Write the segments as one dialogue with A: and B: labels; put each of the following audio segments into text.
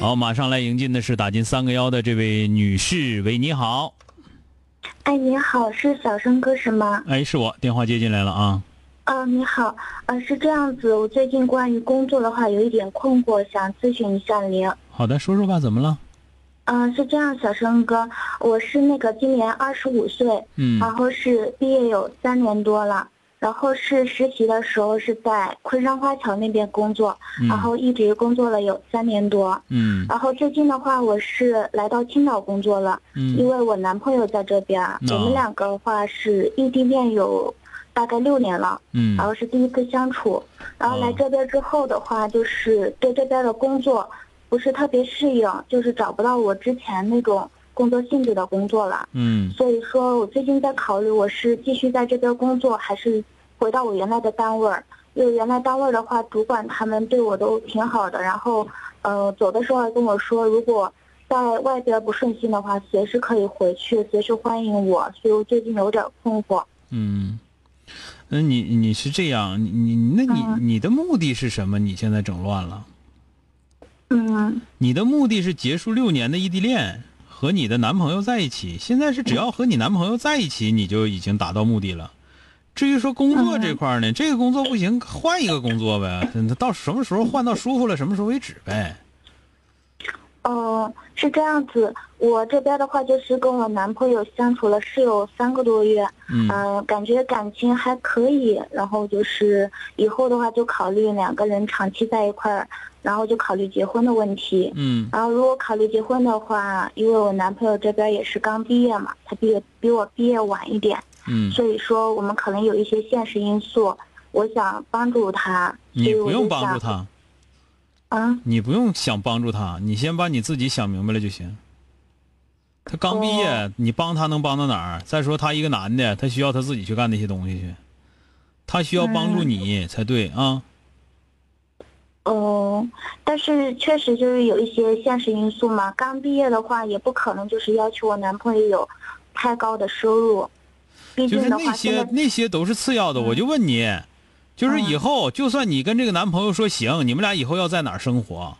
A: 好，马上来迎进的是打进三个幺的这位女士，喂，你好，
B: 哎，你好，是小生哥是吗？
A: 哎，是我，电话接进来了啊。
B: 嗯、你好，呃，是这样子，我最近关于工作的话有一点困惑，想咨询一下您。
A: 好的，说说吧，怎么了？
B: 嗯、是这样，小生哥，我是那个今年二十五岁，
A: 嗯
B: 然后是毕业有三年多了，然后是实习的时候是在昆山花桥那边工作，
A: 嗯
B: 然后一直工作了有三年多，
A: 嗯
B: 然后最近的话我是来到青岛工作了，因
A: 嗯哦
B: 为我男朋友在这边，我们两个的话是异地恋有大概六年了。
A: 嗯
B: 然后是第一次相处，然后来
A: 哦
B: 这边之后的话，就是对这边的工作不是特别适应，就是找不到我之前那种工作性质的工作了。
A: 嗯
B: 所以说我最近在考虑，我是继续在这边工作，还是回到我原来的单位儿？因为原来单位的话，主管他们对我都挺好的，然后，呃，走的时候还跟我说，如果在外边不顺心的话，随时可以回去，随时欢迎我。所以我最近有点困惑。
A: 嗯，那你你是这样，你你那你、你的目的是什么？你现在整乱了。
B: 嗯，
A: 你的目的是结束六年的异地恋，和你的男朋友在一起。现在是只要和你男朋友在一起，你就已经达到目的了。至于说工作这块儿呢，这个工作不行，换一个工作呗。到什么时候换到舒服了，什么时候为止呗。
B: 哦，是这样子。我这边的话，就是跟我男朋友相处了是有三个多月，
A: 嗯
B: 呃感觉感情还可以。然后就是以后的话，就考虑两个人长期在一块儿，然后就考虑结婚的问题。
A: 嗯
B: 然后如果考虑结婚的话，因为我男朋友这边也是刚毕业嘛，他毕业比我毕业晚一点，
A: 嗯，
B: 所以说我们可能有一些现实因素。我想帮助他，所
A: 你
B: 以
A: 不
B: 我
A: 用
B: 就
A: 帮助
B: 想
A: 他，
B: 啊。
A: 你不用想帮助他，你先把你自己想明白了就行。他刚毕业，你帮他能帮到哪儿？再说他一个男的，他需要他自己去干那些东西去，他需要帮助你才对啊。
B: 嗯，但是确实就是有一些现实因素嘛。刚毕业的话，也不可能就是要求我男朋友有太高的收入，毕
A: 就
B: 竟
A: 是
B: 的
A: 那
B: 话，现
A: 些
B: 在嗯
A: 那些都是次要的。我就问你，就是以后就算你跟这个男朋友说行，你们俩以后要在哪儿生活，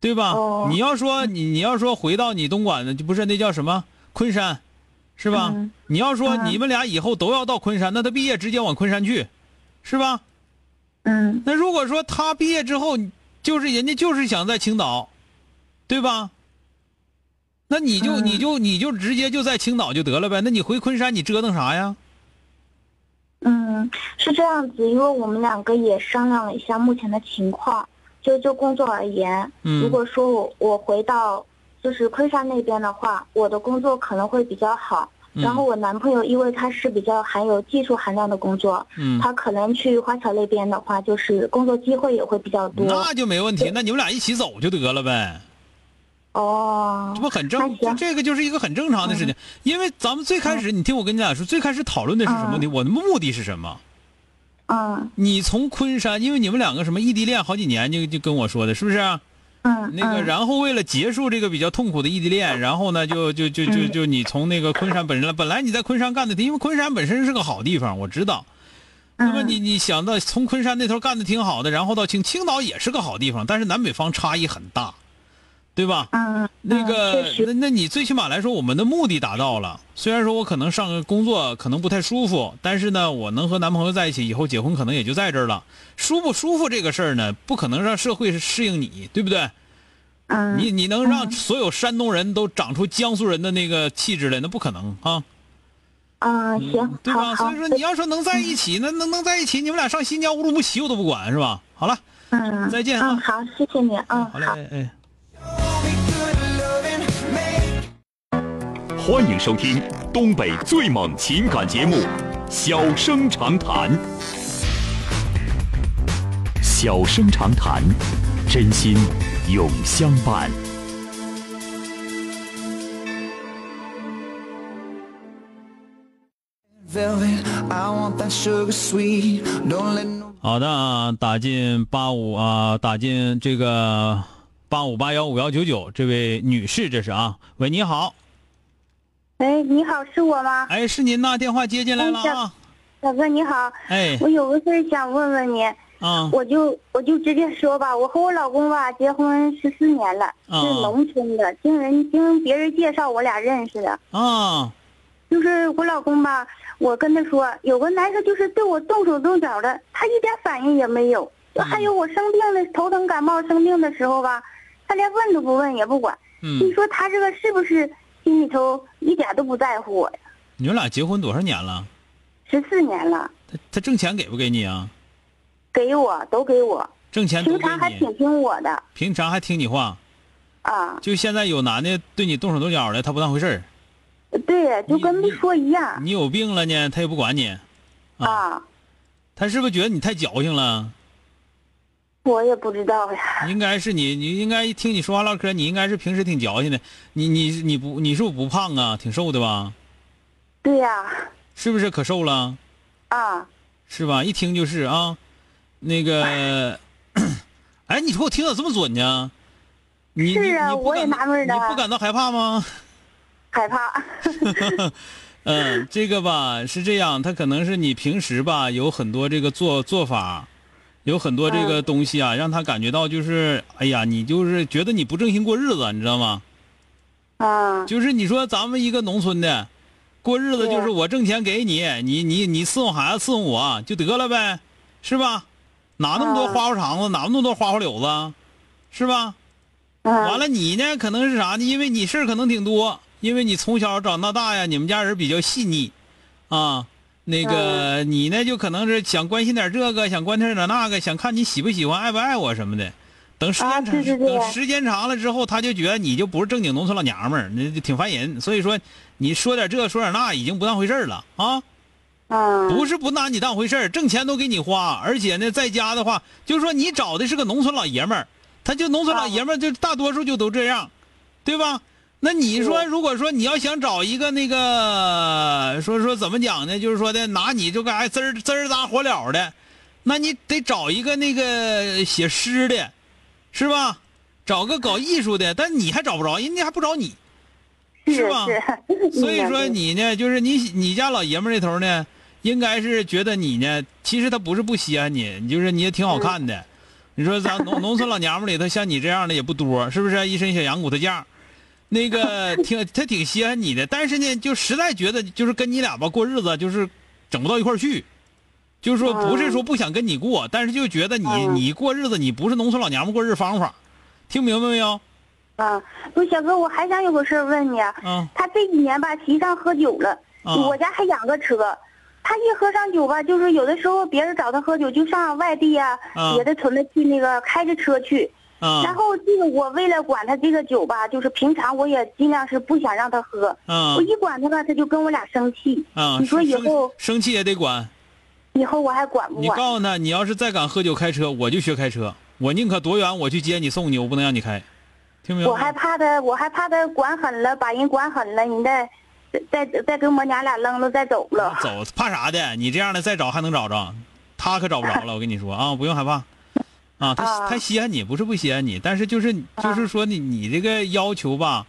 A: 对吧？
B: 哦
A: 你要说你你要说回到你东莞的，就不是那叫什么昆山，是吧？
B: 嗯
A: 你要说
B: 嗯
A: 你们俩以后都要到昆山，那他毕业直接往昆山去，是吧？
B: 嗯
A: 那如果说他毕业之后，就是人家就是想在青岛，对吧？那你就、
B: 嗯
A: 你就你就直接就在青岛就得了呗。那你回昆山你折腾啥呀？
B: 嗯是这样子，因为我们两个也商量了一下目前的情况，就就工作而言，
A: 嗯
B: 如果说我我回到就是昆山那边的话，我的工作可能会比较好。
A: 嗯
B: 然后我男朋友因为他是比较含有技术含量的工作，
A: 嗯
B: 他可能去花桥那边的话，就是工作机会也会比较多。
A: 那就没问题，那你们俩一起走就得了呗，
B: 哦
A: 这，不很正？
B: 那行嗯
A: 这个就是一个很正常的事情。因为咱们最开始，你听我跟你俩说，最开始讨论的是什么问题？我的目的是什么？
B: 嗯
A: 你从昆山，因为你们两个什么异地恋好几年，就就跟我说的，是不啊是、
B: 嗯，
A: 那个，
B: 嗯
A: 然后为了结束这个比较痛苦的异地恋，然后呢，就就就就就你从那个昆山本身来，本来你在昆山干的，因为昆山本身是个好地方，我知道。那么你你想到从昆山那头干的挺好的，然后到青青岛也是个好地方，但是南北方差异很大，对吧？
B: 嗯，
A: 那
B: 嗯
A: 个
B: 确，实
A: 那那你最起码来说，我们的目的达到了。虽然说我可能上个工作可能不太舒服，但是呢，我能和男朋友在一起，以后结婚可能也就在这儿了。舒不舒服这个事儿呢，不可能让社会适应你，对不对？
B: 嗯，
A: 你你能让所有山东人都长出江苏人的那个气质来，那不可能啊，
B: 嗯，行
A: 嗯，对
B: 好
A: 吧？
B: 好
A: 所以，说你要说能在一起，那能能在一起，你们俩上新疆乌鲁木齐我都不管是吧？好了，
B: 嗯，
A: 再见啊
B: 嗯，好，谢谢你，嗯，
A: 好嘞，哎哎。
C: 欢迎收听东北最猛情感节目《小生长谈》。小生长谈，真心永相伴。
D: Velvet, I want that sugar sweet. Don't let no
A: 好的啊，打进八五啊，打进这个八五八幺五幺九九，这位女士，这是啊，喂，你好，
B: 喂，哎你好，是我吗？
A: 哎，是您呐，电话接进来了啊，
B: 小哥你好，
A: 哎，
B: 我有个事儿想问问你，
A: 啊，
B: 我就我就直接说吧，我和我老公吧结婚十四年了，
A: 啊
B: 是农村的，经人经别人介绍我俩认识的。
A: 啊，
B: 就是我老公吧，我跟他说有个男生就是对我动手动脚的，他一点反应也没有。就还
A: 嗯
B: 有我生病的头疼感冒生病的时候吧，他连问都不问也不管。你
A: 嗯，
B: 说他这个是不是心里头一点都不在乎我呀？
A: 你们俩结婚多少年了？
B: 十四年了，
A: 他他挣钱给不给你啊？
B: 给我都给我，
A: 挣钱都
B: 平
A: 给
B: 常还
A: 你，
B: 挺听我的
A: 平常还听你话，
B: 啊。
A: 就现在有男的对你动手动脚的，他不当回事儿，
B: 对，就跟没说一样
A: 你有病了呢，他也不管你，
B: 啊。
A: 他是不是觉得你太矫情了？
B: 我也不知道呀，
A: 应该是你，你应该一听你说话唠嗑，你应该是平时挺矫情的。你你你不你是不是不胖啊？挺瘦的吧？
B: 对呀、
A: 是不是可瘦了？
B: 啊，
A: 是吧？一听就是啊，那个， 哎，你说我听咋这么准呢？你
B: 是啊
A: 你你不
B: 我也
A: 感
B: 纳闷儿呢
A: 你不感到害怕吗？
B: 害怕，
A: 嗯，这个吧是这样，他可能是你平时吧有很多这个做做法，有很多这
B: 嗯
A: 个东西啊，让他感觉到就是，哎呀，你就是觉得你不正经过日子，你知道吗？
B: 啊，
A: 就是你说咱们一个农村的，过日子
B: 对
A: 就是我挣钱给你，你你你伺候孩子伺候我就得了呗，是吧？哪那么多
B: 啊
A: 花花肠子，哪那么多花花柳子，是吧？完
B: 嗯，
A: 了你呢，可能是啥呢？因为你事儿可能挺多，因为你从小长到大呀，你们家人比较细腻，啊，那个、
B: 嗯
A: 你呢就可能是想关心点这个，想关心点那个，想看你喜不喜欢、爱不爱我什么的。等时间
B: 啊
A: 长，
B: 对对对
A: 等时间长了之后，他就觉得你就不是正经农村老娘们儿，那就挺烦人。所以说，你说点这说点那，已经不当回事儿了啊。
B: 嗯，
A: 不是不拿你当回事儿，挣钱都给你花，而且呢，在家的话，就是说你找的是个农村老爷们儿，他就农村老爷们儿，就大多数就都这样，对吧？那你说，
B: 是
A: 如果说你要想找一个那个，说说怎么讲呢？就是说的拿你就个哎滋儿滋儿扎火燎的，那你得找一个那个写诗的，是吧？找个搞艺术的，但你还找不着，人家还不找你。是
B: 是
A: 吧
B: 是，
A: 所以
B: 嗯
A: 说你呢，就是你你家老爷们儿这头呢，应该是觉得你呢，其实他不是不稀罕你，你就是你也挺好看
B: 嗯
A: 的。你说咱农农村老娘们儿里头像你这样的也不多，是不是？一身小羊骨头架儿，那 个挺他挺稀罕你的，但是呢，就实在觉得就是跟你俩吧过日子就是整不到一块儿去。就是说，不是说不想跟你过，但是就觉得你、
B: 嗯
A: 你过日子，你不是农村老娘们过日子方法，听明白没有？
B: 啊，不是小哥，我还想有个事儿问你啊。
A: 啊
B: 他这几年吧，提倡喝酒了，
A: 啊
B: 我家还养个车。他一喝上酒吧，就是有的时候别人找他喝酒，就上外地呀、
A: 啊
B: 别的村子去那个开着车去。然
A: 啊
B: 后这个我为了管他这个酒吧，就是平常我也尽量是不想让他喝。
A: 啊
B: 我一管他吧，他就跟我俩生气。
A: 啊！
B: 你说以
A: 生
B: 后
A: 生气也得管，
B: 以后我还管不
A: 你
B: 管？
A: 告诉他，你要是再敢喝酒开车，我就学开车，我宁可多远我去接你送你，我不能让你开，听明
B: 我
A: 白
B: 还
A: 吗？
B: 怕他，我还怕他管狠了，把人管狠了，你再再再再跟我娘俩扔了，再走了。
A: 走，怕啥的？你这样的再找还能找着，他可找不着了。我跟你说啊，不用害怕，啊，他
B: 啊
A: 他稀罕你，不是不稀罕你，但是就是就是说你你这个要求吧，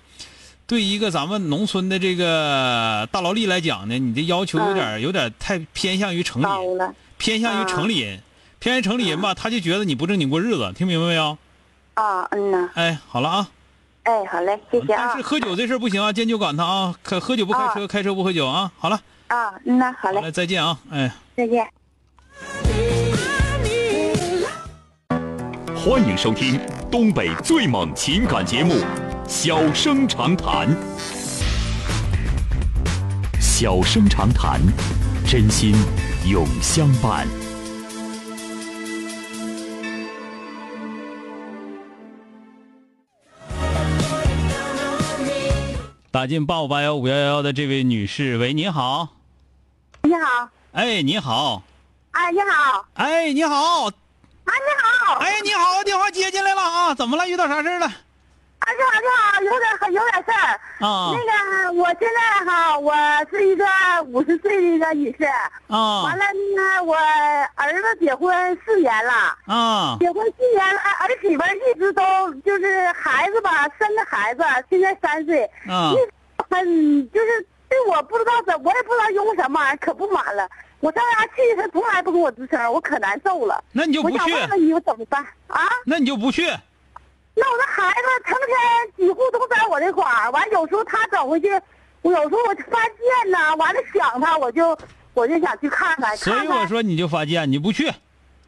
A: 对一个咱们农村的这个大劳力来讲呢，你这要求有点有点太偏向于城里
B: 高
A: 人，
B: 嗯了嗯
A: 偏向于城里人，偏向于城里人吧，他就觉得你不正经过日子，听明白没有？
B: 啊，嗯呐，
A: 哎，好了啊。
B: 哎，好嘞，谢谢
A: 嗯
B: 啊
A: 但是。喝酒这事儿不行啊，坚决管他啊！可喝酒不开车，开车不喝酒啊！好了，
B: 啊，嗯呐，好
A: 好
B: 嘞，
A: 了，再见啊！哎，
B: 再见。
C: 欢迎收听东北最猛情感节目《小生长谈》。小生长谈，真心永相伴。
A: 打进八五八幺五幺幺的这位女士，喂，你好，
B: 你好，
A: 哎，你好，
B: 啊，你好，
A: 哎，你好，
B: 啊，你好，
A: 哎，你好，电话接进来了啊，怎么了？遇到啥事儿了？
B: 啊，你好，你好，有点有点事儿。
A: 啊
B: 那个，我现在哈，我是一个五十岁的一个女士。
A: 啊
B: 完了呢，我儿子结婚四年了，
A: 啊
B: 结婚四年了，儿儿媳妇儿一直都就是孩子吧，生个孩子，现在三岁，
A: 啊
B: 一直很就是对我不知道怎，我也不知道因为什么玩意儿，可不满了。我上家去，他从来不给我吱声，我可难受了。
A: 那你就
B: 我
A: 不
B: 想
A: 去，
B: 问问你，我怎么办啊？
A: 那你就不去，
B: 那我那孩子成天几乎都在我这块儿，完有时候他走回去，我有时候我就发现呐，完了想他，我就我就想去看看。
A: 所以
B: 看看
A: 我说你就发贱，你不去，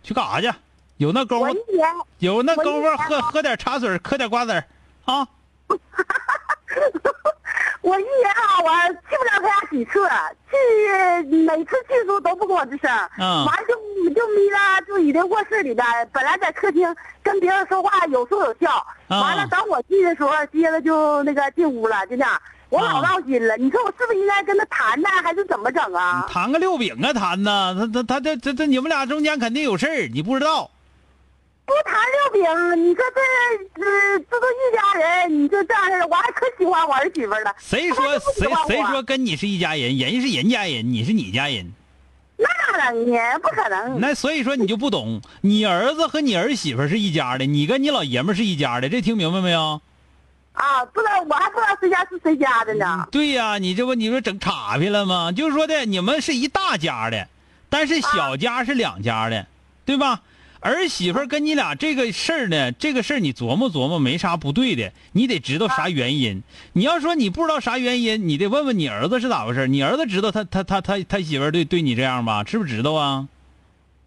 A: 去干啥去？有那功
B: 我
A: 夫
B: 一，年，
A: 有那
B: 我一
A: 功夫
B: 天啊
A: 喝喝点茶水儿，嗑点瓜子儿，啊，
B: 我一年啊，我去不了他家几次，去每次去的时候都不给我吱声，
A: 嗯
B: 完就就眯着自己的卧室里边，本来在客厅跟别人说话有说有笑，
A: 嗯
B: 完了等我去的时候，接着就那个进屋了，就那样，我老
A: 嗯
B: 闹心了。你说我是不是应该跟他谈谈，还是怎么整啊？
A: 谈个六饼啊，谈呐，他他他这这这你们俩中间肯定有事儿，你不知道。
B: 不谈六饼，你说这这这都一家人，你就这样式儿，我还可喜欢我儿媳妇儿了。
A: 谁
B: 他
A: 说
B: 就不喜
A: 谁
B: 欢
A: 谁
B: 我啊
A: 说跟你是一家人？人是人家人，你是你家人。
B: 那当然不可能。
A: 那所以说你就不懂，你儿子和你儿媳妇是一家的，你跟你老爷们儿是一家的，这听明白没有？
B: 啊，不知道，我还不知道谁家是谁家的呢。
A: 对呀、你这不你说整岔劈了吗？就是说的，你们是一大家的，但是小家是两家的，对吧？儿媳妇儿跟你俩这个事儿呢，这个事儿你琢磨琢磨没啥不对的，你得知道啥原因。你要说你不知道啥原因，你得问问你儿子是咋回事儿。你儿子知道他他他他他媳妇儿对对你这样吧？知不知道啊？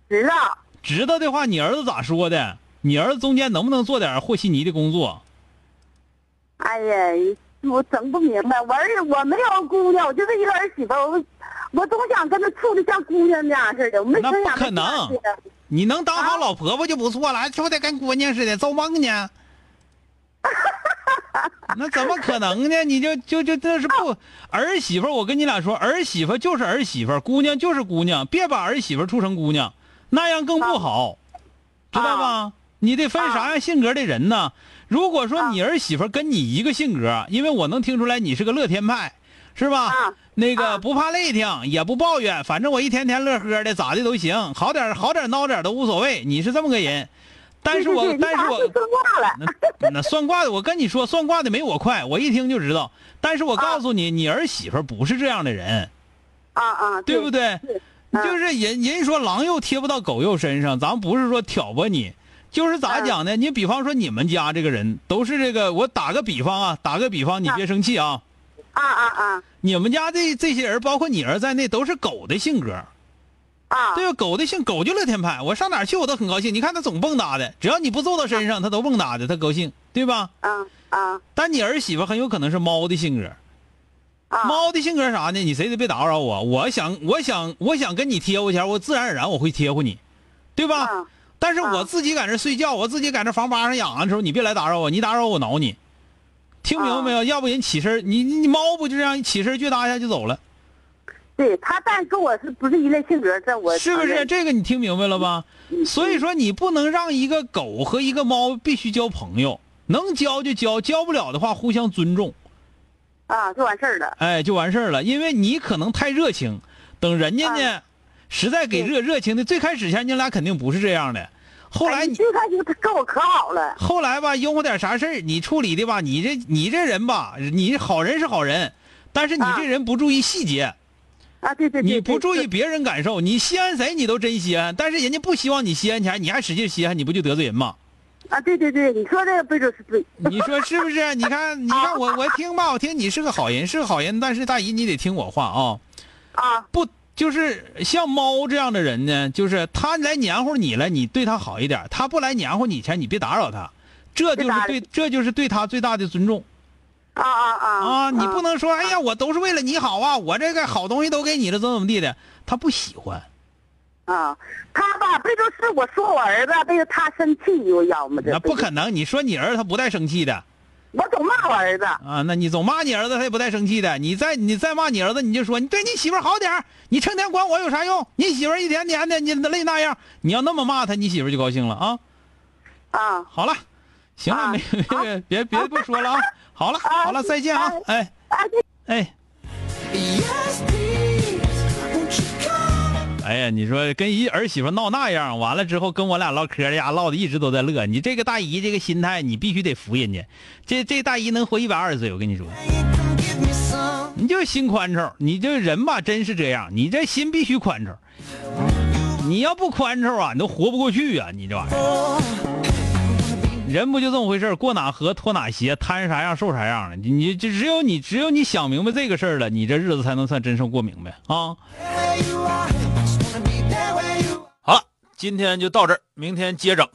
B: 知道，
A: 知道的话，你儿子咋说的？你儿子中间能不能做点和稀泥的工作？
B: 哎呀，我整不明白，我儿我没有姑娘，我就是一个儿媳妇，我我总想跟她处的像姑娘那样似的，我没
A: 那
B: 成
A: 不
B: 想
A: 可
B: 跟她
A: 能
B: 似的
A: 你能当好
B: 啊
A: 老婆婆就不错了，还说的跟姑娘似的，做梦呢。 那怎么可能呢？你就就就这是不儿媳妇儿，我跟你俩说，儿媳妇儿就是儿媳妇儿，姑娘就是姑娘，别把儿媳妇儿处成姑娘，那样更不好，知道吧？你得分啥样性格的人呢？如果说你儿媳妇儿跟你一个性格，因为我能听出来你是个乐天派，是吧？
B: 啊
A: 那个
B: 啊
A: 不怕累挺，也不抱怨，反正我一天天乐呵的，咋的都行，好点儿好点儿孬点儿都无所谓。你是这么个人，但是我
B: 对对对
A: 但是
B: 你咋
A: 我
B: 就说话了，
A: 那那算卦的，我跟你说，算卦的没我快，我一听就知道。但是我告诉你，你儿媳妇儿不是这样的人，
B: 啊啊，
A: 对不？对？
B: 对嗯
A: 就是人人说狼又贴不到狗肉身上，咱不是说挑拨你，就是咋
B: 嗯
A: 讲呢？你比方说你们家这个人都是这个，我打个比方啊，打个比方，你别生气啊。
B: 啊啊啊
A: 你们家这这些人，包括你儿在内，都是狗的性格。
B: 啊！
A: 对吧？狗的性，狗就乐天派。我上哪儿去我都很高兴。你看它总蹦跶的，只要你不揍它身上，它都蹦跶的，它高兴，对吧？
B: 啊啊
A: 但你儿媳妇很有可能是猫的性格。
B: 啊！
A: 猫的性格啥呢？你谁都别打扰我，我想我想我想跟你贴乎前，我自然而然我会贴乎你，对吧？
B: 嗯
A: 但是
B: 嗯
A: 我自己在那睡觉，我自己在那房巴上养的时候，你别来打扰我，你打扰我挠你，听明白没有？
B: 啊
A: 要不人起身，你你你猫不就这样一起身撅搭一下就走了，
B: 对他，但跟我是不是一类性格？这我哎嗯
A: 是不
B: 承
A: 是？
B: 认
A: 这个你听明白了吧？所以说你不能让一个狗和一个猫必须交朋友，能交就交，交不了的话互相尊重。
B: 啊，就完事儿了。
A: 哎，就完事儿了。因为你可能太热情，等人家呢，
B: 啊
A: 实在给热热情的，最开始前你俩肯定不是这样的，后
B: 哎
A: 来你
B: 最开始他跟我可好了，
A: 后来吧，拥有点啥事儿，你处理的吧，你这你这人吧，你好人是好人，但是你
B: 啊
A: 这人不注意细节，
B: 啊，对对对，
A: 你不
B: 对
A: 注意，别人感受，你稀罕谁你都真稀罕，但是人家不希望你稀罕钱，你还使劲稀罕，你不就得罪人吗？
B: 啊，对对对，你说这个背准是对，
A: 你说是不是？你看，你看 我我听吧，我听你是个好人，是个好人，但是大姨你得听我话啊、
B: 啊
A: 啊不就是像猫这样的人呢，就是他来黏糊你了，你对他好一点；他不来黏糊你前，你别打扰他，这就
B: 别
A: 是
B: 打扰
A: 对，这就是对他最大的尊重
B: 啊啊啊
A: 啊！你不能说，哎呀，我都是为了你好啊，我这个好东西都给你了，怎么怎么地的，他不喜欢。
B: 啊，他吧，这就是我说我儿子，这就他生气，我要么
A: 那
B: 这
A: 不可，能，你说你儿子他不带生气的
B: 我总骂我儿子。
A: 啊？那你总骂你儿子，他也不带生气的。你再你再骂你儿子，你就说你对你媳妇儿好点儿你成天管我有啥用？你媳妇儿一天天的你累那样，你要那么骂他，你媳妇儿就高兴了啊。
B: 啊
A: 好了，行了，
B: 啊
A: 没 别别不说了啊。好了好了，再见啊，哎
B: 啊，
A: 哎
D: Yes, please. Won't you come?
A: 哎呀，你说跟一儿媳妇闹那样，完了之后跟我俩唠嗑，这家唠的一直都在乐。你这个大姨这个心态，你必须得服人家。这这大姨能活一百二十岁，我跟你说。
D: You Come give me some.
A: 你就是心宽敞，你这人吧，真是这样，你这心必须宽敞。你要不宽敞啊，你都活不过去啊！你这玩意儿，人不就这么回事儿过哪河脱哪鞋，摊啥样受啥样的。你你这只有你只有你想明白这个事儿了，你这日子才能算真正过明白啊！
D: Where you are, just wanna be there where you are.
E: 好了，今天就到这儿，明天接着。